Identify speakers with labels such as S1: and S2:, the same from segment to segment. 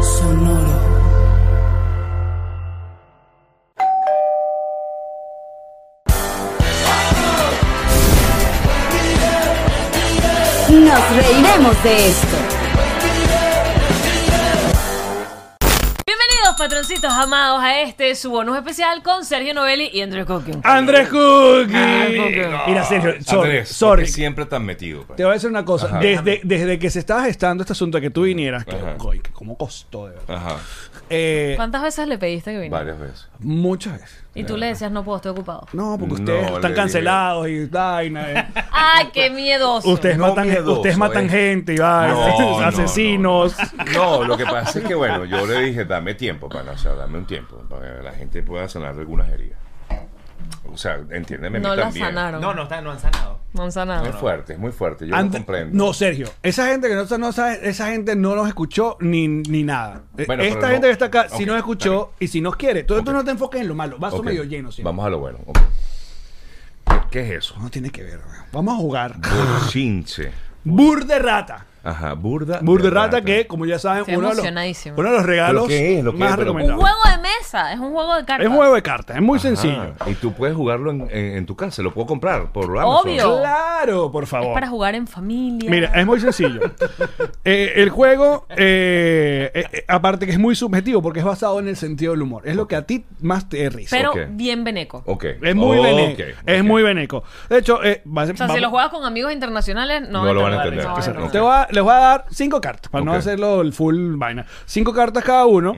S1: Sonoro.
S2: Nos reiremos de esto.
S3: Bienvenidos, patroncitos amados, a este su bonus especial con Sergio Novelli y Andrew Cooking.
S4: Ah, Andrés Cookie.
S3: Cookie.
S4: Mira, Sergio, sorry,
S5: Ah, Andrés,
S4: sorry.
S5: porque siempre tan metido. pues. pa.
S4: Te voy a decir una cosa.
S5: Ajá.
S4: Desde, desde que se estaba gestando este asunto de que tú vinieras, que,
S5: Ajá.
S4: coy, que cómo costó de verdad.
S5: Ajá,
S4: Eh,
S3: ¿Cuántas veces le pediste que viniera?
S5: varias veces.
S4: muchas veces.
S3: Y tú le decías, no puedo, estoy ocupado.
S4: No, porque
S5: No,
S4: ustedes
S5: le
S4: están
S5: dije.
S4: cancelados y vaina. eh.
S3: ¡Ay, qué miedoso!
S4: Ustedes
S5: No
S4: matan,
S5: miedoso,
S4: ustedes matan
S5: eh.
S4: gente y vaina,
S5: No, no,
S4: asesinos.
S5: No, lo que pasa es que, bueno, yo le dije, dame tiempo, pana, o sea, dame un tiempo para que la gente pueda sanar algunas heridas. O sea, entiéndeme, a mí
S3: No la
S5: también.
S3: sanaron.
S6: No, no, está- no han sanado.
S3: No han sanado.
S5: Es fuerte, es muy fuerte, yo
S4: Ante-
S5: lo comprendo.
S4: no, Sergio, esa gente que no, no sabe, esa gente no nos escuchó ni, ni nada. Eh,
S5: Bueno, pero
S4: Esta
S5: no-
S4: gente que está acá si
S5: Ok,
S4: nos escuchó y si nos quiere. Entonces tú
S5: Ok.
S4: no te enfoques en lo malo, vaso
S5: Ok,
S4: medio lleno. siempre.
S5: Vamos a lo bueno. ok. ¿Qué- ¿Qué es eso?
S4: Pues No tiene que ver. weón. Vamos a jugar.
S5: Bochinche.
S4: Bur de rata.
S5: Ajá, burda.
S4: Bur de rata que, como ya saben,
S3: Estoy
S4: uno de, los,
S3: emocionadísima.
S4: uno de los regalos
S5: ¿Pero qué es? ¿Lo que
S4: más
S5: es? ¿Pero
S3: Un
S4: recomendados.
S3: juego de mesa, es un juego de cartas.
S4: Es un juego de cartas, es muy
S5: Ajá,
S4: sencillo.
S5: Ah, Y tú puedes jugarlo en, en- en tu casa, lo puedo comprar por Amazon.
S3: Obvio.
S4: Claro, por
S3: Es
S4: favor.
S3: para jugar en familia.
S4: Mira, es muy sencillo. Eh, el juego, eh, eh, eh, aparte que es muy subjetivo porque es basado en el sentido del humor. Es lo que a ti más te risa.
S3: pero
S5: ok.
S3: bien veneco.
S5: Ok.
S4: es muy
S5: Ok,
S4: veneco. Es
S5: ok.
S4: muy veneco. De hecho, eh, va a ser-
S3: O sea,
S4: vamos-
S3: si lo juegas con amigos internacionales, no,
S5: No lo van a entender.
S3: no
S5: Exacto.
S4: Te voy a- les voy a dar cinco cartas, para no
S5: Ok.
S4: hacerlo el full vaina. Cinco cartas cada uno.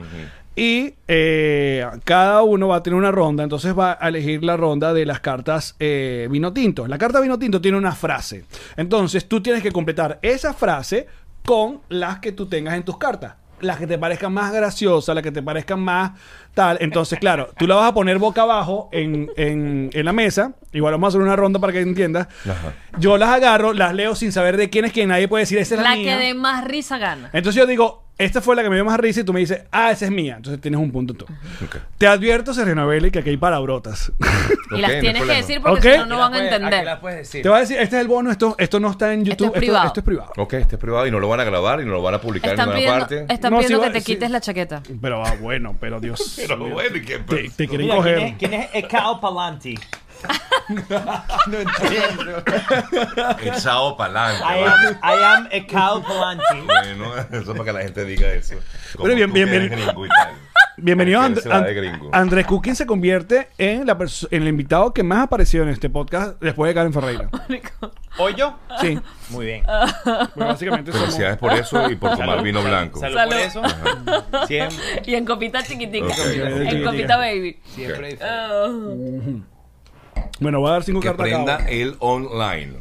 S4: Y eh, cada uno va a tener una ronda, entonces va a elegir la ronda de las cartas eh, vino tinto. La carta vino tinto tiene una frase. Entonces tú tienes que completar esa frase con las que tú tengas en tus cartas. Las que te parezcan más graciosas, las que te parezcan más tal. Entonces, claro, tú la vas a poner boca abajo en, en- en la mesa. Igual vamos a hacer una ronda para que entiendas.
S5: Ajá.
S4: Yo las agarro, las leo sin saber de quién es quién. Nadie puede decir, esa es la,
S3: La
S4: mía.
S3: que de más risa gana.
S4: Entonces yo digo, esta fue la que me dio más risa y tú me dices, ah, esa es mía. Entonces tienes un punto tú.
S5: Ok.
S4: Te advierto, Sergio Novelli, que aquí hay palabrotas.
S3: Y
S5: Ok,
S3: las
S5: no hay
S3: tienes que
S5: problema.
S3: decir porque
S4: Ok.
S3: si no, no van
S6: Aquí
S3: a
S6: las puedes-
S3: entender.
S6: aquí las puedes decir.
S4: Te voy a decir, este es el bono, esto, esto no está en YouTube.
S3: es privado.
S4: esto es privado.
S5: Ok, este es privado y no lo van a grabar y no lo van a publicar
S3: Están
S5: en
S3: pidiendo,
S5: ninguna
S3: este-
S5: parte.
S3: están
S4: No,
S3: pidiendo
S4: sí
S3: que
S4: va-
S3: te
S4: sí.
S3: quites la chaqueta.
S4: Pero ah, bueno, pero Dios.
S5: Oh. Pero
S4: mío.
S5: bueno, ¿y qué Pues,
S4: Te, te quieren
S6: Mira,
S4: coger.
S6: ¿quién es, ¿Quién es Ekao Palanti?
S5: El sao pa'lante.
S6: I
S5: ¿vale?
S6: am, I am Ekao Palanti.
S5: Bueno, eso para que la gente diga eso. Como
S4: Pero bien,
S5: tú
S4: bien,
S5: que eres
S4: bien.
S5: gringo y tal.
S4: Bienvenido
S5: Hay que
S4: Andrés
S5: verse la de gringo.
S4: Andrés Cooking se convierte en la perso- en el invitado que más ha aparecido en este podcast después de Karen Ferreira.
S6: ¿Hoy yo?
S4: Sí.
S6: Muy bien.
S3: Ah.
S4: Bueno, básicamente somos-
S5: Felicidades por eso y por tomar
S6: Salud,
S5: vino
S6: salud,
S5: blanco.
S6: Salud,
S3: Salud.
S6: por eso. Siempre,
S3: Y en copita chiquitica.
S5: Ok,
S3: En
S5: ok.
S3: copita baby.
S6: siempre. diferente.
S3: Ah.
S4: Bueno, voy a dar cinco
S5: Que
S4: cartas cada
S5: prenda
S4: uno.
S5: el online.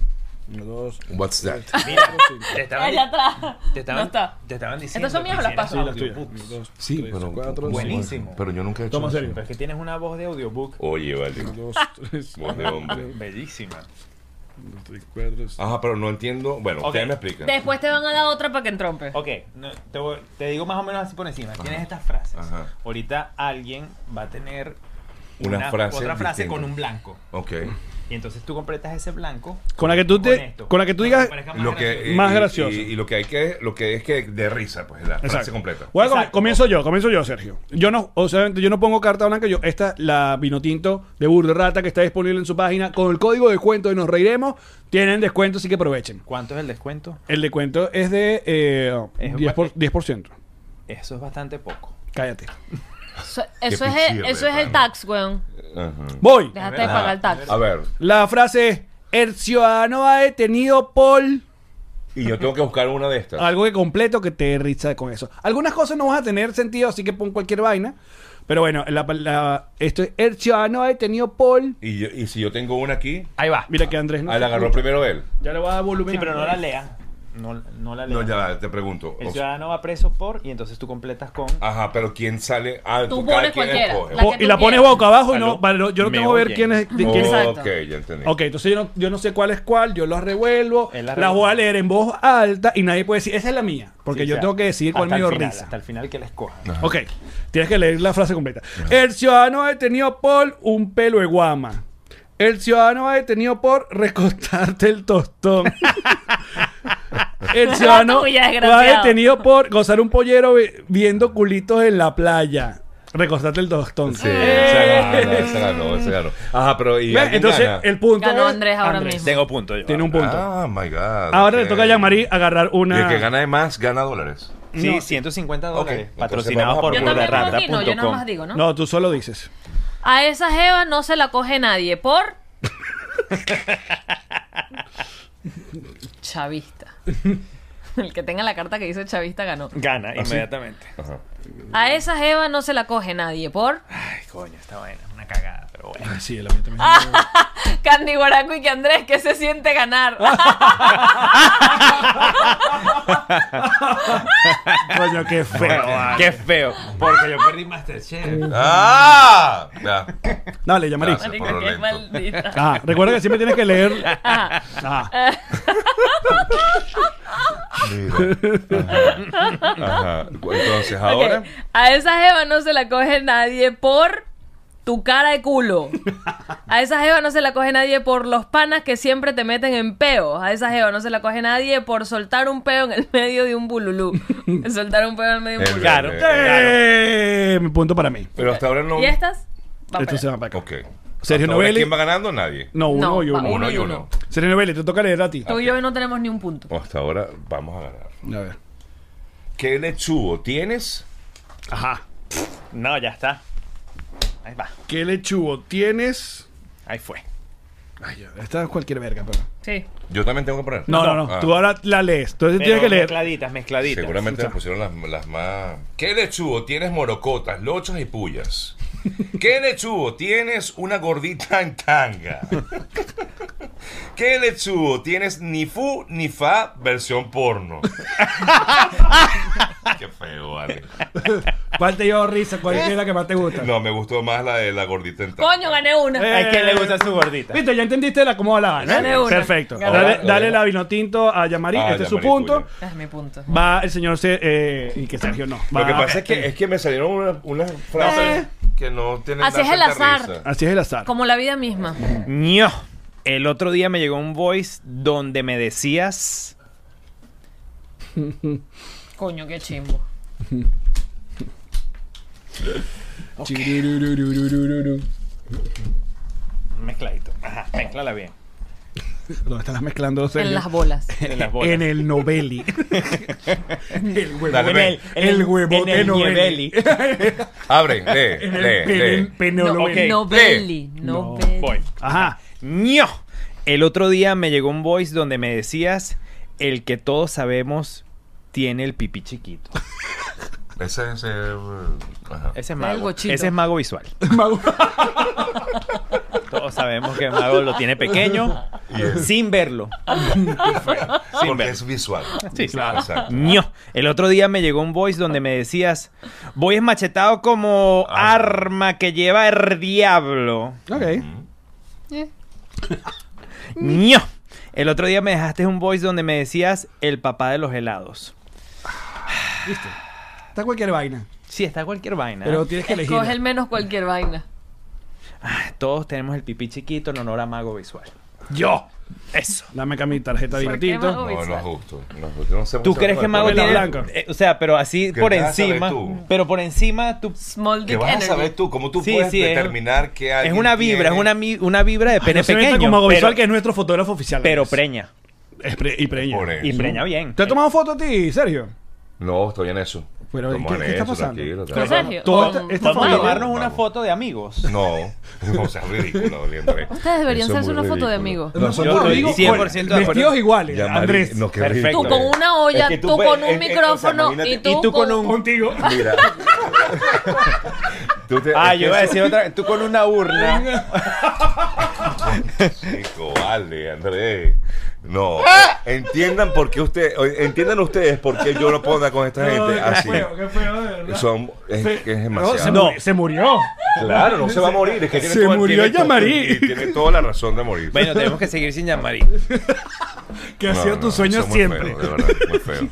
S5: What's that?
S6: Mira, te estaban,
S3: Allá atrás. No
S6: te estaban,
S3: está.
S6: te estaban diciendo.
S3: ¿Estas son mías o las pasas?
S6: paso?
S3: Sí,
S4: Las tuyas. Uno, dos,
S5: Sí,
S4: tres,
S5: pero
S4: cuatro,
S5: ¿cómo?
S6: buenísimo.
S5: Pero yo nunca he hecho
S4: Toma
S5: eso.
S4: serio.
S6: Pero es que tienes una voz de audiobook
S5: Oye, vale.
S4: dos, tres,
S5: Voz de hombre.
S6: bellísima.
S4: cuatro, cinco.
S5: Ajá, pero no entiendo. Bueno,
S6: Ok.
S5: ustedes me explican.
S3: Después te van a dar otra para que entrompe.
S6: Ok, no, te, voy- te digo más o menos así por encima. Tienes estas frases.
S5: Ajá.
S6: Ahorita alguien va a tener
S5: Una frase
S6: otra frase
S5: distinta.
S6: con un blanco.
S5: Ok.
S6: Y entonces tú completas ese blanco
S4: Con la que tú te,
S6: esto.
S4: con la que tú
S6: Para
S4: digas,
S6: parezca más
S5: Lo que,
S6: gracioso.
S5: y-
S4: Más
S5: y-
S4: gracioso.
S5: Y, y lo que hay que, lo que es que de risa, pues la frase
S4: Exacto.
S5: completa.
S4: Voy a com-
S6: Exacto.
S4: comienzo yo, comienzo yo, Sergio. Yo no, o sea, yo no pongo carta blanca, yo esta la vino tinto de Burro Rata que está disponible en su página con el código de descuento de nos reiremos, tienen descuento, así que aprovechen.
S6: ¿Cuánto es el descuento?
S4: El descuento es de eh,
S6: Es-
S4: 10%, por- 10%.
S6: Eso es bastante poco.
S4: Cállate.
S3: Eso, eso
S5: Qué
S3: es, el,
S5: pichirre,
S3: eso es el
S5: pana.
S3: tax, weón.
S5: Ajá.
S4: Voy.
S3: Déjate de pagar el tax.
S5: A ver.
S4: La frase es, el ciudadano ha detenido por...
S5: Y yo tengo que buscar una de estas.
S4: Algo que completo que te riza con eso. Algunas cosas no vas a tener sentido, así que pon cualquier vaina. Pero bueno, la, la- esto es el ciudadano detenido Paul.
S5: Y, yo- y si yo tengo una aquí,
S6: Ahí va.
S4: Mira que Andrés no.
S5: ah,
S4: se
S5: la agarró
S4: escucha.
S5: primero él.
S4: Ya le voy a dar volumen.
S6: Sí, pero
S4: a-
S6: no la lea. No, no la lea.
S5: No, ya va, te pregunto.
S6: El
S5: O- Ah,
S6: ciudadano va preso por y entonces tú completas con.
S5: Ajá, pero ¿quién sale? Ah,
S3: Tú
S5: cada
S3: pones
S5: quien
S3: cualquiera.
S5: escoge.
S3: La
S4: Po-
S3: que tú
S4: y la pones
S3: quieras.
S4: boca abajo y no,
S6: Aló.
S4: vale, no, yo no
S6: Me
S4: tengo que ver
S6: oyen.
S4: quién es. de-
S5: Oh,
S4: quién es-
S5: ok, ya entendí.
S4: Ok, entonces yo no, yo no sé cuál es cuál, yo los revuelvo,
S6: Él
S4: las
S6: las
S4: voy a
S6: revuelve.
S4: leer en voz alta y nadie puede decir, esa es la mía, porque
S6: Sí,
S4: yo
S6: o sea,
S4: tengo que decidir cuál
S6: hasta
S4: me
S6: el
S4: dio
S6: final,
S4: risa.
S6: Hasta el final que la escoja.
S4: Ok, tienes que leer la frase completa. El ciudadano ha detenido por un pelo de guama. El ciudadano ha detenido por recostarte el tostón. El ciudadano
S3: Tuya,
S4: ha
S3: desgraciado.
S4: detenido por gozar un pollero vi- viendo culitos en la playa. Recostarte el tostón.
S5: Sí,
S4: ¡Eh!
S5: se ganó, se ganó, se ganó. Ajá, pero ¿y
S4: Ven,
S5: alguien
S4: Entonces,
S5: gana?
S4: el punto
S3: Ganó
S4: es-
S3: Andrés ahora mismo.
S6: Tengo punto yo.
S4: Tiene un punto.
S5: Ah, my God.
S4: Ahora
S5: ok.
S4: le toca a Yamari agarrar
S5: Y
S4: una.
S5: el que gana de más, gana dólares.
S6: Sí, 150 dólares.
S5: entonces
S6: patrocinado
S5: vamos a
S6: por
S5: por
S3: Yo
S5: la
S3: también me imagino, yo nada
S6: burlarrata.com.
S3: más digo, ¿no?
S4: No, tú solo dices.
S3: A esa jeva no se la coge nadie por... Chavista. El que tenga la carta que dice chavista ganó.
S5: ¿Ah,
S6: Gana inmediatamente.
S5: Ajá.
S3: A esa jeva no se la coge nadie por...
S6: Ay, coño, está buena. Una cagada, pero bueno.
S4: Ah, sí, la mía también.
S3: Candy Guaraco y que Andrés, que se siente ganar?
S4: Coño, qué feo.
S6: Qué feo. Porque yo perdí Masterchef.
S5: ¡Ah! Ya.
S4: Dale, Yamari.
S5: Gracias.
S3: Marico,
S5: por lo
S3: qué
S5: lento.
S3: maldita.
S4: Ah, recuerda que siempre tienes que leer. Ah,
S5: Ajá. Entonces, ahora.
S3: Ok. A esa jeva no se la coge nadie por tu cara de culo. A esa jeva no se la coge nadie por los panas que siempre te meten en peos. A esa jeva no se la coge nadie por soltar un peo en el medio de un bululú. soltar un peo en el medio de un
S5: El-
S3: bululú.
S6: Claro.
S5: eh,
S4: eh, mi punto para mí.
S5: Pero hasta ahora no.
S3: ¿Y estas? Va
S4: Esto
S3: para
S4: se va para acá.
S5: Ok.
S4: Sergio
S5: Hasta ahora,
S4: Novelli.
S5: ¿Quién va ganando? Nadie.
S4: No, uno
S3: No,
S4: y
S3: va
S4: uno.
S3: uno. Ah.
S5: y uno.
S4: Sergio Novelli, te toca leer a ti.
S3: Tú y yo no tenemos ni un punto.
S5: Hasta ahora vamos a ganar.
S4: A ver.
S5: ¿Qué lechugo tienes?
S4: Ajá.
S6: No, ya está. Ahí va.
S4: ¿Qué lechugo tienes?
S6: Ahí fue.
S4: Ay, esta es cualquier verga, pero.
S3: Sí.
S5: Yo también tengo que poner.
S4: No, no, no.
S5: Ah,
S4: Tú ahora la lees. Entonces tienes
S6: Pero
S4: que leer.
S6: Mezcladitas, mezcladitas.
S5: Seguramente me pusieron las, las más. ¿Qué lechugo tienes morocotas, lochas y pullas? ¿Qué lechugo tienes una gordita en tanga? ¿Qué lechugo tienes ni fu ni fa versión porno? Qué feo, vale.
S4: ¿Cuál te dio risa? ¿Cuál es la que más te gusta?
S5: No, me gustó más la de la gordita en tanga.
S3: Coño, gané
S5: Eh.
S3: una.
S6: ¿A quién le gusta su gordita?
S4: Viste, ya entendiste la cómo hablaba, ¿no?
S3: Gané una.
S4: Perfecto.
S3: Gané
S4: Dale,
S5: una.
S4: dale la vino tinto a Yamari.
S5: Ah,
S4: este es su
S5: Yamari,
S4: punto.
S5: tuya.
S3: Es mi punto.
S4: Va el señor C- eh, y que Sergio no.
S5: Lo
S4: Va-
S5: que pasa es que, es que me salieron una- unas frases que no tienen
S3: Eh. Así es
S5: tanta
S3: el azar.
S5: risa.
S4: Así es el azar.
S3: Como la vida misma.
S6: Ño. El otro día me llegó un voice donde me decías.
S3: Coño, qué chimbo.
S4: Chirirurururururu.
S6: Mezcladito. Ajá, mezclala bien.
S4: ¿Dónde estás mezclando Sergio?
S3: En las bolas.
S6: En las bolas.
S4: En el novelli. el huevo.
S5: Dale, ve.
S4: el, huevo
S6: en
S4: de
S6: el
S4: novelli.
S6: Ñebeli.
S5: Abre, lee,
S4: En
S5: lee,
S4: el
S5: lee.
S4: pene- penelovelli.
S6: ok.
S3: Novelli.
S5: Eh.
S3: Novelli.
S6: Voy.
S4: Ajá.
S6: ¡Ño! El otro día me llegó un voice donde me decías: El que todos sabemos tiene el pipí chiquito.
S5: Ese es el... Ajá.
S6: Ese es
S3: El
S6: mago.
S3: bochito.
S6: Ese es mago visual. Todos sabemos que el mago lo tiene pequeño
S5: Yeah.
S6: sin verlo. sin
S5: Porque
S6: verlo.
S5: es visual.
S6: Sí, claro.
S5: Exacto.
S6: Ño. El otro día me llegó un voice donde me decías: Voy es machetado como
S5: Ah.
S6: arma que lleva el diablo.
S4: Ok.
S6: ¡Ño! El otro día me dejaste un voice donde me decías el papá de los helados.
S4: Está cualquier vaina.
S6: Sí, está cualquier vaina.
S4: Pero tienes que elegir.
S3: Coge el menos cualquier vaina.
S6: Ah, Todos tenemos el pipí chiquito en honor a Mago Visual.
S4: Yo.
S6: Eso.
S4: Dame acá mi tarjeta de
S3: ¿Por qué
S4: tinto.
S3: mago?
S5: No, no es justo. No es justo. No sé
S6: ¿Tú
S5: sé
S6: crees
S5: cómo
S6: que
S5: es,
S6: Mago
S5: pero-
S6: tiene...
S4: blanca.
S6: eh, o sea, pero así
S5: ¿Qué
S6: por
S5: vas a saber
S6: encima...
S5: tú?
S6: Pero por encima tú...
S3: Small
S5: ¿Qué
S3: dick
S5: vas a
S3: energy.
S5: saber tú? ¿Cómo tú
S6: Sí,
S5: puedes
S6: sí, es-
S5: determinar que
S6: Es
S5: alguien
S6: una vibra,
S5: tiene-
S6: es una, mi- una vibra de pene
S4: No se meta
S6: pequeño.
S4: con Mago
S6: pero,
S4: Visual, que es nuestro fotógrafo oficial.
S6: pero
S4: Es-
S6: preña.
S4: es pre- y preña.
S5: Por eso.
S6: Y preña bien.
S4: ¿Te has tomado foto a ti, Sergio?
S5: No, estoy en eso.
S4: Pero, ¿qué,
S5: Toman
S4: qué está
S5: eso,
S4: pasando?
S5: tranquilo,
S3: ¿Con
S5: tranquilo.
S3: Sergio?
S4: Toda
S3: ¿Con-
S4: esta- esta
S6: Vamos a
S4: familia-
S6: tomarnos una
S5: Vamos.
S6: foto de amigos.
S5: No, no seas ridículo, Andrés.
S3: Ustedes deberían
S5: Eso es
S3: hacerse
S5: muy
S3: una foto de
S5: ridículo.
S3: amigos.
S4: Nosotros
S6: yo estoy
S4: amigos
S6: 100% de
S4: con-
S6: acuerdo.
S4: Vestidos iguales,
S5: Ya, Mari-
S4: Andrés.
S5: no, qué
S6: Perfecto.
S3: Tú
S5: ridículo.
S3: con una olla,
S5: Es que
S3: tú,
S5: ves-
S3: con un
S5: es- es- o sea,
S3: micrófono
S5: imagínate-
S3: y tú,
S6: y tú con un-
S4: Contigo.
S5: Mira. Tú te-
S6: Ah,
S5: es
S6: yo
S5: que
S6: iba a
S5: eso-
S6: decir otra. Tú con una urna.
S5: Chico, vale, Andrés. No. Entiendan por qué usted, o- entiendan ustedes por qué yo no puedo andar con esta gente así.
S4: qué feo, de verdad.
S5: Son, es, que
S4: No,
S5: es
S4: se,
S5: demasiado.
S4: murió, se murió.
S5: Claro, Ah, no se va a morir. Es que tiene
S4: Se
S5: todo-
S4: murió
S5: tiene todo-
S4: Yamari.
S5: y Tiene toda la razón de morir.
S6: Bueno, tenemos que seguir sin llamar.
S4: Que ha sido tu sueño siempre.
S5: de verdad, muy feo.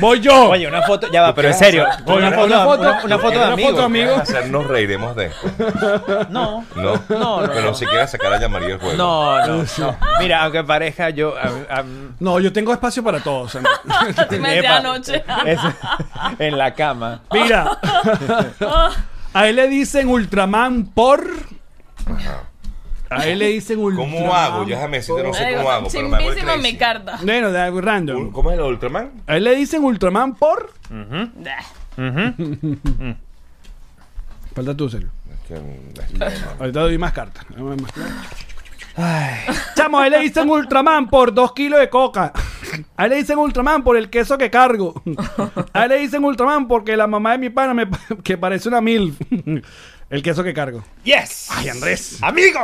S4: Voy yo.
S6: Oye, una foto. Ya va, pero en serio.
S4: Oye,
S6: Una foto,
S4: una foto-
S6: una- una foto de
S4: una
S6: amigos.
S4: foto de amigos.
S5: Nos reiremos de esto.
S6: No.
S5: No,
S6: No, no,
S5: Pero
S6: no.
S5: si quieres sacar a Yamari del juego.
S6: No, no, no. Mira, aunque pareja, yo. a- a-
S4: No, yo tengo espacio para todos. Andrés.
S3: Así me decía
S6: Epa.
S3: anoche.
S6: es- en la cama.
S4: Mira. A él le dicen Ultraman por. A él le dicen Ultraman.
S5: ¿Cómo hago? Ya déjame decirte, no sé
S3: Ay,
S5: cómo hago. Pero me hago el
S3: Chimbísima mi
S5: crazy.
S3: carta.
S4: Bueno, de algo
S5: Un-
S4: random.
S5: ¿Cómo es el Ultraman?
S4: A él le dicen Ultraman por.
S3: Bah.
S4: Falta tú, Sergio.
S5: Es que, mm, es que-
S4: Ahorita doy más cartas. Dame más cartas. Chamo, a él le dicen Ultraman por dos kilos de coca. A él le dicen Ultraman por el queso que cargo. A él le dicen Ultraman porque la mamá de mi pana me, pa- que parece una mil. El queso que cargo.
S6: ¡Yes!
S4: Ay, Andrés.
S6: ¡Amigo!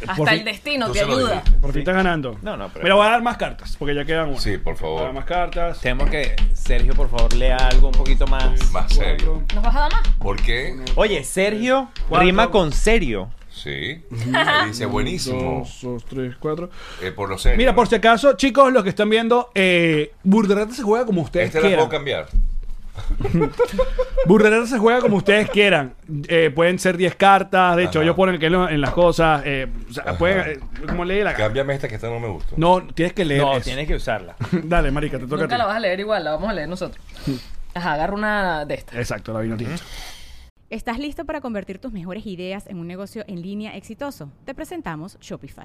S4: Por
S3: Hasta
S4: fin-
S3: el destino te
S5: se lo
S3: ayuda.
S5: dije.
S4: Por fin estás ganando.
S6: No, no, pero-
S4: Pero voy a dar más cartas, porque ya quedan una.
S5: Sí, por
S4: Voy a dar
S5: favor.
S4: más cartas.
S6: Tenemos que. Sergio, por favor, lea algo un poquito más.
S5: Más serio.
S3: ¿Nos vas a dar más?
S5: ¿Por qué?
S6: Oye, Sergio
S4: Cuatro.
S6: rima con serio.
S5: Sí. Ahí dice buenísimo.
S4: Dos, dos, tres, cuatro.
S5: Eh, por lo serio.
S4: Mira,
S5: ¿no?
S4: por si acaso, chicos, los que están viendo, eh, Burderrata se juega como ustedes
S5: Este la
S4: quieran.
S5: puedo cambiar.
S4: Burderrata se juega como ustedes quieran. Eh, pueden ser 10 cartas. De hecho,
S5: Ajá.
S4: ellos ponen el que no- en las cosas. eh, o sea, pueden, eh, como leí la carta.
S5: Cámbiame esta que esta no me gusta.
S4: No, tienes que leer.
S6: No,
S4: eso.
S6: tienes que usarla.
S4: Dale, Marica, te toca. a ti.
S3: Nunca la vas a leer igual, la vamos a leer nosotros. Ajá, agarra una de estas.
S4: Exacto, la vino tinto.
S7: ¿Estás listo para convertir tus mejores ideas en un negocio en línea exitoso? Te presentamos Shopify.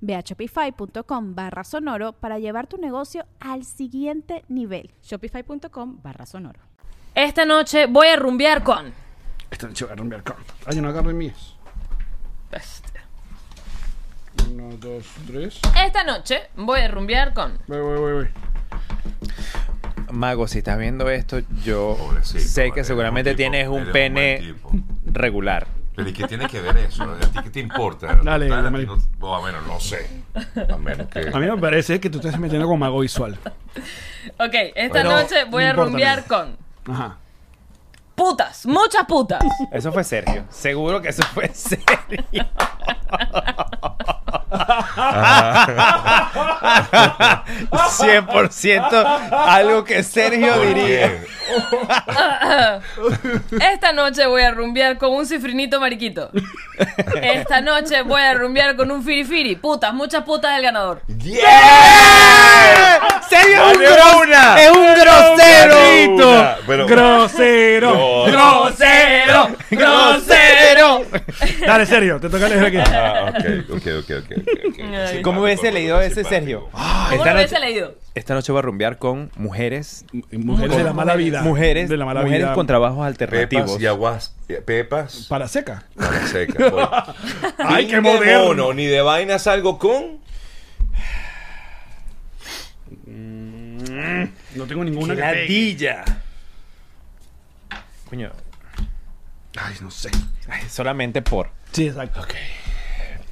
S8: Ve a shopify.com barra sonoro para llevar tu negocio al siguiente nivel.
S7: Shopify.com barra sonoro.
S3: Esta noche voy a rumbear con.
S4: Esta noche voy a romper cartas. Ay, yo no agarré mías. Uno, dos, tres.
S3: Esta noche voy a rumbear con.
S4: Voy, voy, voy, voy.
S6: Mago, si estás viendo esto, yo
S5: Pobrecito,
S6: sé
S5: vale,
S6: que
S5: eres
S6: seguramente
S5: un tipo,
S6: tienes
S5: eres
S6: un
S5: un
S6: pene
S5: buen tipo.
S6: regular.
S5: Pero ¿y qué tiene que ver eso? ¿A ti qué te importa?
S4: Dale,
S5: Tal, a
S4: Mari.
S5: ti no- o, a menos, no sé. A menos que.
S4: A mí me parece que tú te estás metiendo con mago visual.
S3: Ok, esta
S4: Pero
S3: noche voy
S4: no
S3: a
S4: importa,
S3: rumbear
S4: mira.
S3: con.
S4: Ajá.
S3: Putas, muchas putas.
S6: Eso fue Sergio. Seguro que eso fue Sergio.
S5: Ajá.
S6: 100% algo que Sergio
S5: ¿Por
S6: diría.
S5: qué?
S3: Esta noche voy a rumbear con un cifrinito mariquito. Esta noche voy a rumbear con un firifiri. Putas, muchas putas del ganador.
S6: ¡Eh! ¡Sergio es un,
S5: Vale
S6: gros-
S5: una.
S6: es un grosero!
S5: Una, pero-
S4: grosero,
S5: No.
S4: grosero, grosero. Dale, serio, te toca leer aquí.
S5: Ah, ok, ok, ok, ok. okay.
S6: ¿Cómo hubiese leído ese, Sergio?
S5: Ah,
S3: ¿Cómo lo hubiese leído?
S6: esta noche voy a rumbear con mujeres.
S4: Mujeres de la mala vida.
S6: Mujeres,
S4: de la mala
S6: mujeres
S4: vida.
S6: con trabajos
S5: Pepas
S6: alternativos.
S5: y aguas. eh, Pepas.
S4: para seca.
S5: Para seca. pues. voy.
S4: Ay,
S5: Ni
S4: qué
S5: de
S4: moderno.
S5: mono, ni de vaina salgo con.
S4: No tengo ninguna que pegue.
S6: ¡Ladilla! Coño,
S4: Ay, no sé.
S6: ay, solamente por.
S4: Sí, exacto.
S5: Ok.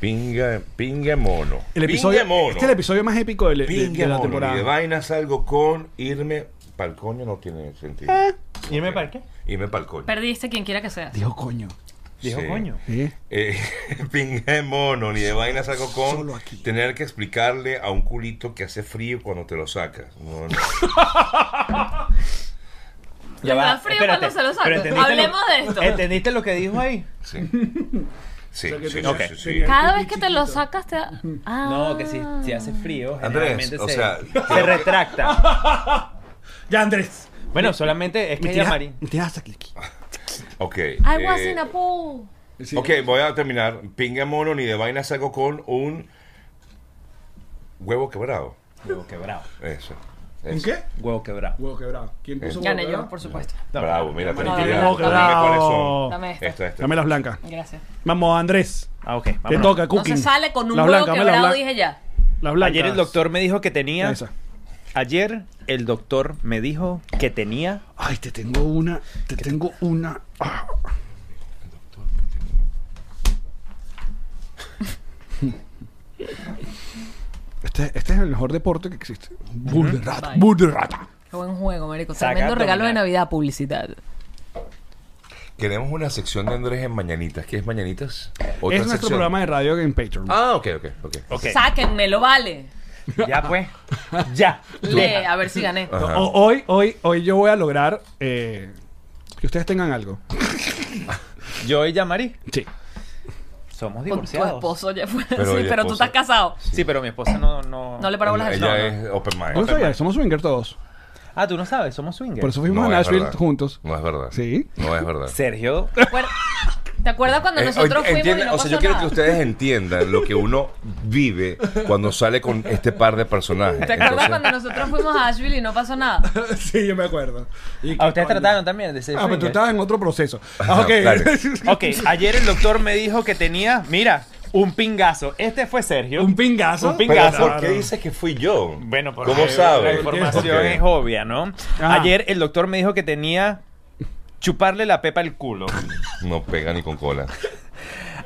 S5: Pinga, pinga mono.
S4: El episodio,
S5: pinga mono.
S4: este es el episodio más épico del- de, de
S5: pinga
S4: la
S5: mono.
S4: temporada.
S5: Y de vaina salgo con irme pa'l coño no tiene sentido.
S6: ¿Irme para qué?
S5: Irme pa'l coño.
S3: Perdiste este quien quiera que seas.
S4: Dios, coño.
S6: Dijo
S5: Sí.
S6: coño.
S4: Sí.
S5: Eh, pinga de mono, ni de vaina saco con
S4: solo aquí.
S5: tener que explicarle a un culito que hace frío cuando te lo sacas. No, no.
S3: Le da frío cuando se lo saco.
S6: pero entendiste
S3: Hablemos de esto.
S6: ¿Entendiste lo que dijo ahí?
S5: Sí. Sí, sí, sí,
S6: Ok.
S5: sí,
S4: ¿Eh?
S5: sí.
S3: Cada vez que te lo sacas te... da- Ah.
S6: No, que si, si hace frío,
S5: Andrés,
S6: generalmente
S5: o
S6: se,
S5: sea,
S6: se retracta.
S4: Ya, Andrés.
S6: Bueno, solamente es que ella, Mari.
S4: me tiras hasta aquí.
S5: Ah, Ok.
S3: Algo así,
S5: eh,
S3: Napu.
S4: Sí.
S5: Ok, voy a terminar. Pinga mono, ni de vaina saco con un huevo quebrado.
S6: Huevo quebrado.
S5: Eso.
S4: ¿En
S5: eso.
S4: qué?
S6: Huevo quebrado.
S4: Huevo quebrado. ¿Quién puso huevo
S3: Gané yo,
S4: quebrado?
S3: por supuesto.
S6: No,
S5: Bravo, mira,
S3: dame
S5: tranquilidad.
S3: la-
S5: Dime
S4: dame-
S5: cuáles son.
S3: dame esta.
S5: Esta, esta.
S4: Dame las blancas.
S3: Gracias.
S4: Vamos, Andrés.
S6: Ah, ok.
S4: Te
S6: vámonos.
S4: toca,
S3: No
S4: cooking.
S3: se sale con un
S4: Las
S3: huevo
S4: blancas, dame las
S3: quebrado,
S4: blan-
S3: dije ya.
S4: Las blancas.
S6: Ayer el doctor me dijo que tenía.
S4: Esa.
S6: Ayer el doctor me dijo que tenía.
S4: Ay, te tengo una. Te tengo una. Ah. Este, este es el mejor deporte que existe. Bull de rata.
S3: Bye.
S4: bull de rata.
S3: Qué buen juego, marico.
S6: Saca,
S3: Tremendo regalo de
S6: dominar.
S3: Navidad, publicidad.
S5: Queremos una sección de Andrés en Mañanitas. ¿Qué es Mañanitas? Otra
S4: Es nuestro
S5: sección.
S4: programa de radio en Patreon.
S5: Ah, ok, ok, ok.
S6: Ok.
S3: Sáquenme, lo vale.
S6: Ya pues. Ya.
S3: Le, a ver si gané.
S5: Ajá.
S4: O- hoy, hoy, hoy yo voy a lograr eh, que ustedes tengan algo.
S6: Yo y ya Mari
S4: Sí.
S6: somos
S3: Con tu
S6: divorciados.
S3: esposo ya fue.
S5: Pero
S3: sí,
S5: el
S3: pero tú
S5: esposo.
S3: estás casado.
S6: Sí, pero mi esposa no. No,
S3: No le paro bolas a eso.
S5: Ella es Open Mind.
S4: Yo no sabía, somos swinger todos.
S6: Ah, tú no sabes, somos swingers.
S4: Por eso fuimos
S5: No
S4: a
S5: es
S4: Nashville
S5: verdad.
S4: juntos.
S5: No es verdad.
S4: Sí.
S5: No es verdad.
S6: Sergio.
S4: Ah,
S3: ¿Te acuerdas- ¿Te acuerdas cuando
S5: Eh,
S3: nosotros
S5: oye,
S3: fuimos
S5: entiende-
S3: y no
S5: o sea,
S3: pasó
S5: yo quiero
S3: nada?
S5: que ustedes entiendan lo que uno vive cuando sale con este par de personajes.
S3: ¿Te acuerdas
S5: Entonces,
S3: cuando nosotros fuimos a Asheville y no pasó nada?
S4: sí, yo me acuerdo. Y
S6: A
S4: que
S6: Ah, ustedes
S4: coño.
S6: trataron también de ser
S4: Ah, pero tú
S6: swingers.
S4: estabas en otro proceso. Ah, ok.
S5: Dale.
S6: Ok, ayer el doctor me dijo que tenía, mira, un pingazo. Este fue Sergio.
S4: Un pingazo.
S6: Un
S5: Pero
S6: pingazo.
S5: ¿por qué dices que fui yo?
S6: Bueno, porque
S5: ¿Cómo
S6: La
S5: sabes?
S6: información
S5: Ok.
S6: es obvia, ¿no?
S4: Ah.
S6: Ayer el doctor me dijo que tenía chuparle la pepa al culo.
S5: No pega ni con cola.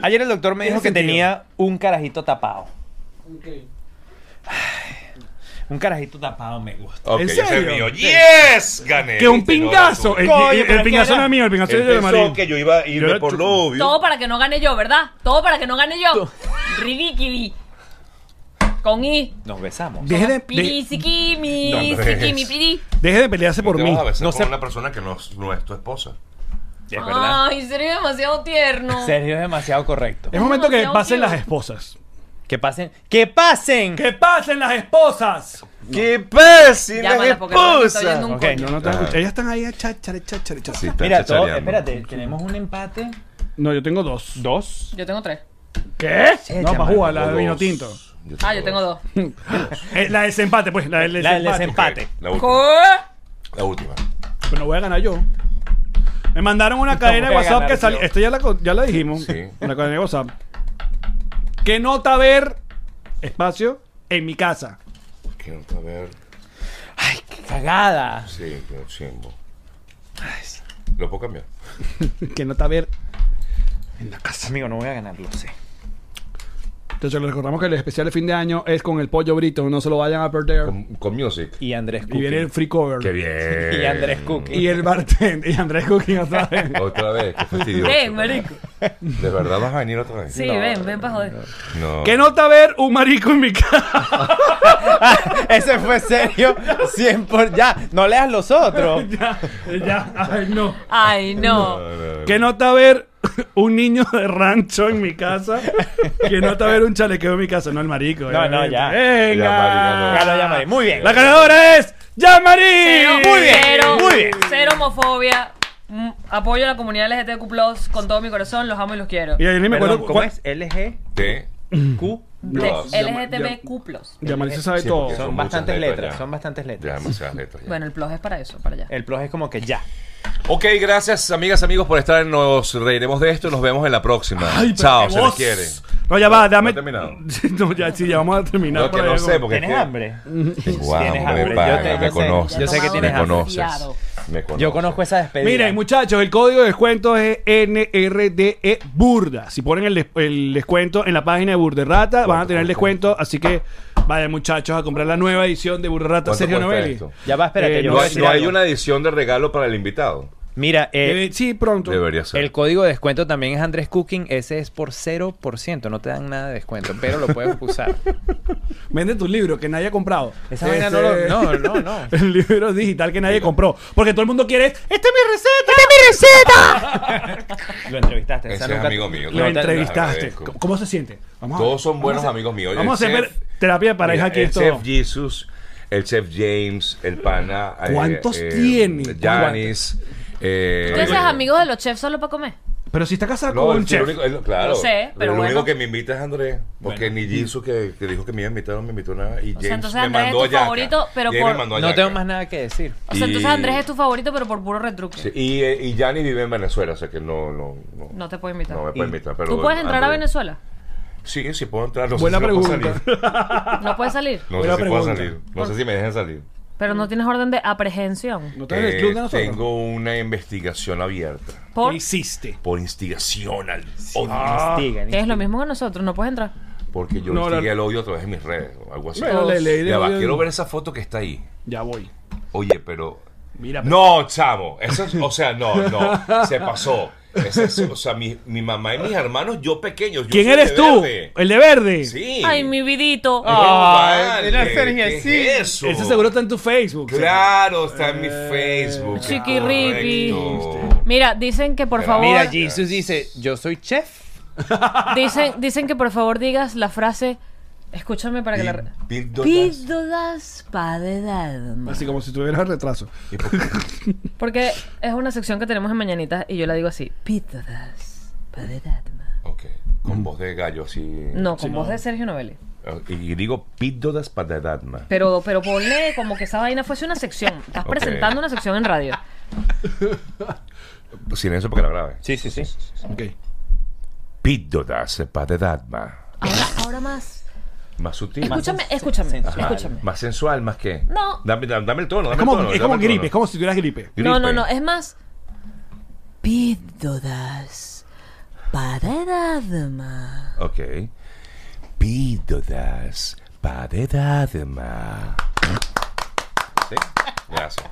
S6: Ayer el doctor me
S4: Tiene
S6: dijo que
S4: sentido.
S6: tenía un carajito tapado. Ay, Un carajito tapado me gusta.
S5: Ok,
S4: ¿En
S5: ese es
S4: serio?
S5: mío. ¡Yes! Gané.
S4: Que un
S5: Este no
S4: pingazo.
S5: era
S4: El,
S5: suyo.
S6: Coño,
S4: el- el
S6: pero ¿qué
S4: pingazo
S6: era?
S4: no es mío, el pingazo es
S5: Él
S4: de
S5: pensó
S4: Marín.
S5: que yo iba a
S4: Yo
S5: irme
S4: era
S5: por
S4: chu-
S5: lo obvio.
S3: Todo para que no gane yo, ¿verdad? Todo para que no gane yo. Ridículo. Con I.
S6: Nos besamos.
S4: Deje de, de-
S5: No,
S3: Pirisikimi,
S5: hombre.
S3: sikimi, piri.
S4: deje de pelearse por
S5: Te
S4: mí.
S5: vas a besar
S6: No
S5: con
S6: sé-
S5: una persona que no, es- no es tu esposa.
S6: Es verdad.
S3: Ay, sería demasiado tierno.
S6: Sergio es demasiado correcto.
S4: Es momento que
S3: Demasiado
S4: pasen
S3: cute.
S4: las esposas.
S6: Que pasen. ¡Que pasen!
S4: ¡Que pasen las esposas!
S5: ¡Qué pasa?
S3: Llámala porque no me estoy oyendo un
S6: Ok,
S3: coño.
S4: No, no te escucho. Ellas están ahí, cháchare, cháchare, cháchare.
S6: Mira, todo, espérate, tenemos un empate.
S4: No, yo tengo dos.
S6: Dos.
S3: Yo tengo tres.
S4: ¿Qué? no,
S6: chama,
S4: para jugar la de vino tinto.
S3: Ah, yo tengo dos.
S4: Eh, la de desempate, pues, la del
S6: La del
S4: desempate.
S6: desempate.
S5: La última.
S3: ¿Qué?
S5: La última.
S4: Pero Pues voy a ganar yo. Me mandaron una cadena de
S6: voy a
S4: WhatsApp
S6: ganar
S4: que salió.
S6: yo.
S4: Esto ya la, co- ya la dijimos.
S5: Sí.
S4: Una cadena de WhatsApp. ¿Qué nota ver? Espacio en mi casa.
S5: Quiero saber.
S6: ¡Ay, qué cagada!
S5: Sí, qué chimbo. Lo puedo cambiar.
S4: ¿Qué nota ver en la casa?
S6: Amigo, no voy a ganar, lo sé.
S4: Entonces les recordamos que el especial de fin de año es con el pollo brito, no se lo vayan a perder.
S5: Con, con music.
S6: Y Andrés
S4: Y viene el
S6: Cooking.
S4: free cover.
S5: Qué bien.
S6: Y Andrés Cooking.
S4: Y el bartender. Y Andrés Cooking otra vez.
S5: Otra vez, qué fastidioso.
S3: Ven, marico.
S5: ¿De verdad vas a venir otra vez?
S3: Sí,
S5: No.
S3: ven, ven para joder.
S5: No.
S4: ¿Qué nota ver un marico en mi casa?
S6: Ah, Ese fue serio. 100 por ya. No leas los otros.
S4: ya, ya, ay no.
S3: Ay, no.
S4: ¿Qué nota ver un niño de rancho en mi casa? ¿Qué nota ver un chalequeo en mi casa? No, el marico.
S6: No, no, ya.
S4: Venga.
S5: Ya, Mari, ya,
S6: Ya lo llamaré. Muy bien.
S4: La ganadora es Yamari.
S6: Muy bien,
S3: Cero,
S6: muy bien.
S3: Cero homofobia. Mm, Apoyo a la comunidad LGTQ+, con todo mi corazón. Los amo y los quiero.
S4: Y ahí ni me
S6: Perdón,
S4: acuerdo
S6: ¿Cómo
S4: cuál
S6: es? LGQ.
S5: T. No,
S3: De LGTBQ+.
S4: Yamari se sabe
S5: Sí,
S4: todo.
S5: porque-
S6: Son
S5: muchas
S6: bastantes
S5: letras
S6: letras.
S5: ya.
S6: Son bastantes
S5: Ya,
S6: letras.
S5: demasiadas letras. ya.
S3: Bueno, el plus es para eso, para allá.
S6: El plus es como que ya.
S5: Ok, gracias, amigas, amigos, por estar. en- Nos reiremos de esto y nos vemos en la próxima.
S4: Ay, pero
S5: Chao,
S4: qué
S5: se les
S4: voz.
S5: quiere.
S4: No, ya va, dame.
S5: ¿No ha terminado?
S4: no, ya sí, ya vamos a terminar.
S5: No, que
S4: por ahí,
S5: no sé, porque.
S6: ¿Tienes
S5: es que- Mm.
S6: hambre?
S5: Tengo hambre,
S6: hambre, yo
S5: pana,
S6: tengo
S5: me
S6: sed.
S5: conoces.
S6: Yo sé que
S5: me
S6: tienes hambre.
S5: conoces.
S3: Fiado.
S5: Me conoce.
S6: Yo conozco esa despedida.
S4: Miren, muchachos, el código de descuento es NRDE E Burda. Si ponen el, des- el descuento en la página de Burderrata, van a tener el descuento. Así que vayan, muchachos, a comprar la nueva edición de Burderrata
S5: ¿Cuánto
S4: Sergio
S5: cuesta
S4: Novelli. Eh,
S5: esto?
S6: Ya va, espera, que yo
S5: No
S6: voy a
S5: hay,
S6: decir
S5: no hay
S6: algo.
S5: una edición de regalo para el invitado.
S6: Mira, eh,
S4: Eh, sí, pronto.
S5: Debería ser.
S6: el código de descuento también es Andrés Cooking. Ese es por 0%. No te dan nada de descuento, pero lo puedes usar. Este,
S4: Vende tu libro que nadie ha comprado. Este,
S6: Esa vaina no lo- no, no, no.
S4: El libro digital que nadie compró. Porque todo el mundo quiere. ¡Esta es mi receta!
S6: Lo entrevistaste.
S5: Ese
S6: esa
S5: es amigo mío.
S4: Lo
S5: No, te-
S4: entrevistaste.
S5: agradezco.
S4: ¿Cómo- ¿Cómo se siente? Vamos a-
S5: Todos son buenos
S4: vamos a-
S5: amigos míos.
S4: Vamos a
S5: El
S4: hacer
S5: chef-
S4: terapia de pareja
S5: Mira,
S4: aquí.
S5: El
S4: esto.
S5: chef Jesus, el chef James, el pana. eh,
S4: ¿Cuántos tiene?
S5: Janis. eh,
S3: ¿Tú haces amigos de los chefs solo para comer?
S4: Pero si está casado
S5: No,
S4: con
S5: el
S4: un chef.
S5: único- el- claro.
S3: Lo sé, pero
S5: el
S3: bueno.
S5: único que me invita es Andrés. Porque ni Jesus que, que dijo que me iba a invitar, no me invitó nada. Y James
S3: entonces
S5: me
S3: Andrés es
S5: mandó
S3: tu
S5: a Yaca.
S3: favorito, pero
S5: James
S3: por-
S5: me mandó a
S6: No
S5: Yaca.
S6: tengo más nada que decir.
S3: O sea, entonces
S5: Y-
S3: Andrés es tu favorito, pero por puro retruque.
S5: Sí, y eh, y Yanni vive en Venezuela, o sea que no, no, no,
S3: No te puedo invitar.
S5: no me puede invitar. Pero
S3: ¿Tú puedes entrar a
S5: Andrés-
S3: Venezuela?
S5: Sí, sí puedo entrar. No
S4: Buena
S5: sé si me puedo
S4: pregunta.
S5: salir.
S3: No puedes salir,
S5: No
S4: Buena
S5: sé si puedo
S4: pregunta.
S5: salir. No sé si me dejan salir.
S3: pero no tienes orden de aprehensión.
S4: ¿No estás en el club de
S5: Eh,
S4: nosotros?
S5: tengo una investigación abierta
S3: ¿Por?
S4: ¿Qué hiciste?
S5: por instigación al odio.
S6: Investigan,
S3: Que es lo mismo que nosotros, no puedes entrar.
S5: Porque yo
S4: Ah. No,
S5: instigué
S4: la-
S5: el odio a través de mis redes o algo así.
S4: Bueno, le- le-
S5: ya va,
S4: le-
S5: quiero ver esa foto que está ahí.
S4: Ya voy.
S5: Oye, pero.
S4: Mira,
S5: No, chamo. Eso es- o sea, no, no. Se pasó. Ese es- o sea, mi, mi mamá y mis hermanos, yo pequeños. yo
S4: ¿Quién
S5: soy de
S4: eres tú?
S5: verde.
S4: ¿El de verde?
S5: Sí.
S3: Ay, mi vidito.
S5: Ah,
S6: Ay, mira,
S5: vale,
S6: Sergio,
S5: ¿qué
S6: sí.
S5: es eso?
S4: Ese seguro Eh, está en tu Facebook.
S5: Claro, está en mi Facebook.
S3: Chiquirripi.
S5: correcto.
S3: Mira, dicen que por
S5: Mira,
S3: favor.
S6: Mira, Jesus dice, yo soy chef.
S3: dicen, dicen que por favor digas la frase. Escúchame para que la. re-
S5: Pi- píldoras.
S3: Píldoras pa' de dad.
S4: Así como si tuvieras retraso.
S5: ¿Y por qué?
S3: Porque es una sección que tenemos en Mañanitas y yo la digo así. Píldoras pa' de dad.
S5: Ok, con
S4: Mm.
S5: voz de gallo así.
S3: No, con voz de Sergio Novelli.
S5: Y digo píldoras para la edadma.
S3: Pero, pero ponle como que esa vaina fuese una sección. Estás
S5: Ok.
S3: presentando una sección en radio.
S5: Silencio porque la grabe.
S6: Sí, sí, sí.
S4: Ok.
S5: Píldoras para edadma.
S3: Ahora, ahora más.
S5: Más sutil.
S3: Escúchame, escúchame,
S5: Ajá.
S3: escúchame.
S5: Más sensual, más que.
S3: No.
S5: Dame, dame, dame el tono.
S4: Es
S5: dame el
S4: como,
S5: tono,
S4: es
S5: dame
S4: como
S5: el tono.
S4: gripe, es como si tuvieras gripe.
S5: Gripe.
S3: No, no, no. Es más. Píldoras pa' de dad.
S5: Ok. Píldoras para edadma. ¿Sí? Gracias.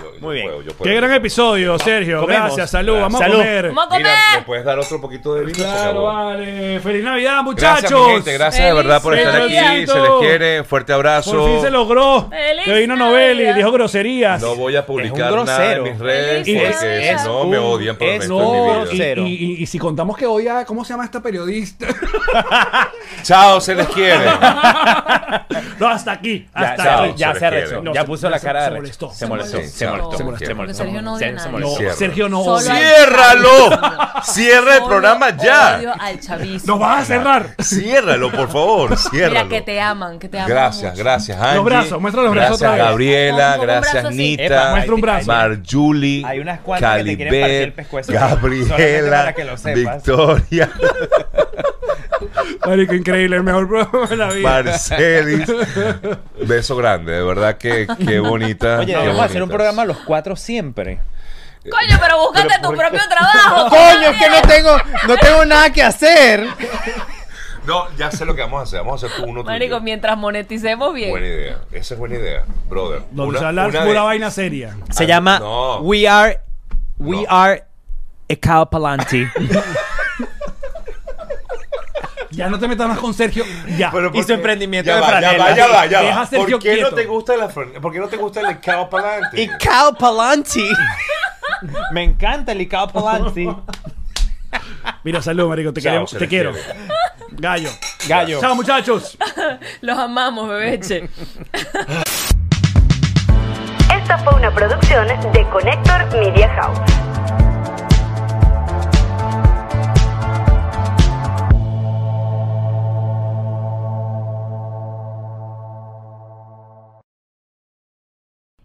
S5: Yo- yo
S6: Muy bien.
S5: puedo, yo puedo.
S4: Qué gran episodio, Sergio.
S6: Comemos.
S4: Gracias, salud. Vamos
S6: Salud.
S4: a comer.
S3: ¡Vamos a comer!
S5: Mira, ¿me puedes dar otro poquito de vino? Se
S4: Claro,
S5: acabó.
S4: vale. Feliz Navidad, muchachos.
S5: Gracias, mi gente. Gracias de
S3: Feliz
S5: verdad por estar aquí.
S4: Navidad.
S5: Se les quiere. Fuerte abrazo.
S4: Por fin se logró.
S3: Feliz
S4: Que vino
S3: Navidad.
S4: Novelli, dijo groserías.
S5: No voy a publicar
S6: Es un
S5: nada en
S6: grosero.
S5: mis redes
S3: Feliz
S5: porque
S3: Navidad.
S5: si no me
S6: Es un-
S5: odian por el
S6: es
S5: resto
S6: un
S5: de mi vida.
S4: No, y,
S6: Cero.
S4: y- y- y si contamos que hoy, a- ¿cómo se llama esta periodista?
S5: Chao, se les quiere.
S4: no, hasta aquí.
S6: Ya,
S4: Hasta
S6: ya-
S5: chao,
S4: aquí.
S6: ya
S5: se
S6: se arrechó.
S5: requiere.
S4: No,
S6: ya
S4: se-
S6: puso la
S4: se-
S6: cara de
S4: se
S6: arrecho.
S4: molestó.
S6: Se molestó.
S5: Sí,
S6: Se
S5: chao.
S6: molestó.
S5: Se molestó.
S6: Se molestó.
S3: Porque Sergio no odia a
S6: Se-
S3: nadie.
S6: se
S4: No,
S6: molestó.
S5: Cierra.
S4: Sergio no
S3: Solo
S4: odia.
S3: hay-
S5: ¡Ciérralo! ¡Cierra el
S3: Solo
S5: programa
S3: Odio
S5: ya!
S3: al chavismo.
S4: Nos vas a cerrar.
S5: Ciérralo, por favor, ciérralo.
S3: Mira, que te aman, que te aman.
S5: Gracias,
S3: mucho.
S5: gracias, Angie.
S4: brazos, muestra los brazos otra
S5: Gracias,
S4: vez.
S5: Gabriela,
S3: Con- con un
S5: gracias,
S3: brazo así.
S6: Epa,
S5: Nita.
S4: Muestra un brazo.
S5: Marjuli,
S6: Hay unas cuantas que te quieren partir el pescuezo, solamente
S5: Gabriela,
S6: para que lo sepas.
S5: Victoria,
S4: Marico, increíble, el mejor programa de la vida.
S5: Marcelis. Beso grande, de verdad que qué bonita.
S6: Oye,
S5: qué
S6: vamos a hacer un
S5: bonitas.
S6: programa los cuatro siempre.
S3: Coño, pero búscate tu propio trabajo.
S6: tengo, no tengo nada que hacer.
S5: No, ya sé lo que vamos a hacer. Vamos a hacer tú uno
S3: Marico,
S5: tuyo.
S3: mientras moneticemos bien.
S5: Buena idea. Esa es buena idea, brother.
S4: Donde se habla
S5: una
S4: pura
S5: de-
S4: vaina seria.
S6: Se
S5: Ah,
S6: llama
S5: no.
S6: We Are We
S5: No.
S6: Are Ecao Palanti.
S4: Ya no te metas más con Sergio. Ya.
S5: Pero
S6: Y
S5: ¿por
S6: su
S5: qué?
S6: emprendimiento
S5: ya
S6: de
S5: va,
S6: franela.
S5: Ya va, ya va, ya
S4: Deja
S5: va.
S4: a Sergio
S5: ¿Por qué
S4: quieto.
S5: no te gusta la fran- ¿Por qué no te gusta el cao para adelante?
S6: Icao Palanti. Me encanta el Icao Palanti.
S4: Mira, salud, marico. Te,
S5: Chao,
S4: queremos-
S5: se
S4: te
S5: les
S4: quiero.
S5: quiere.
S4: Gallo.
S6: Gallo.
S4: Chao, muchachos.
S3: Los amamos, bebeche.
S9: Esta fue una producción de Connector Media House.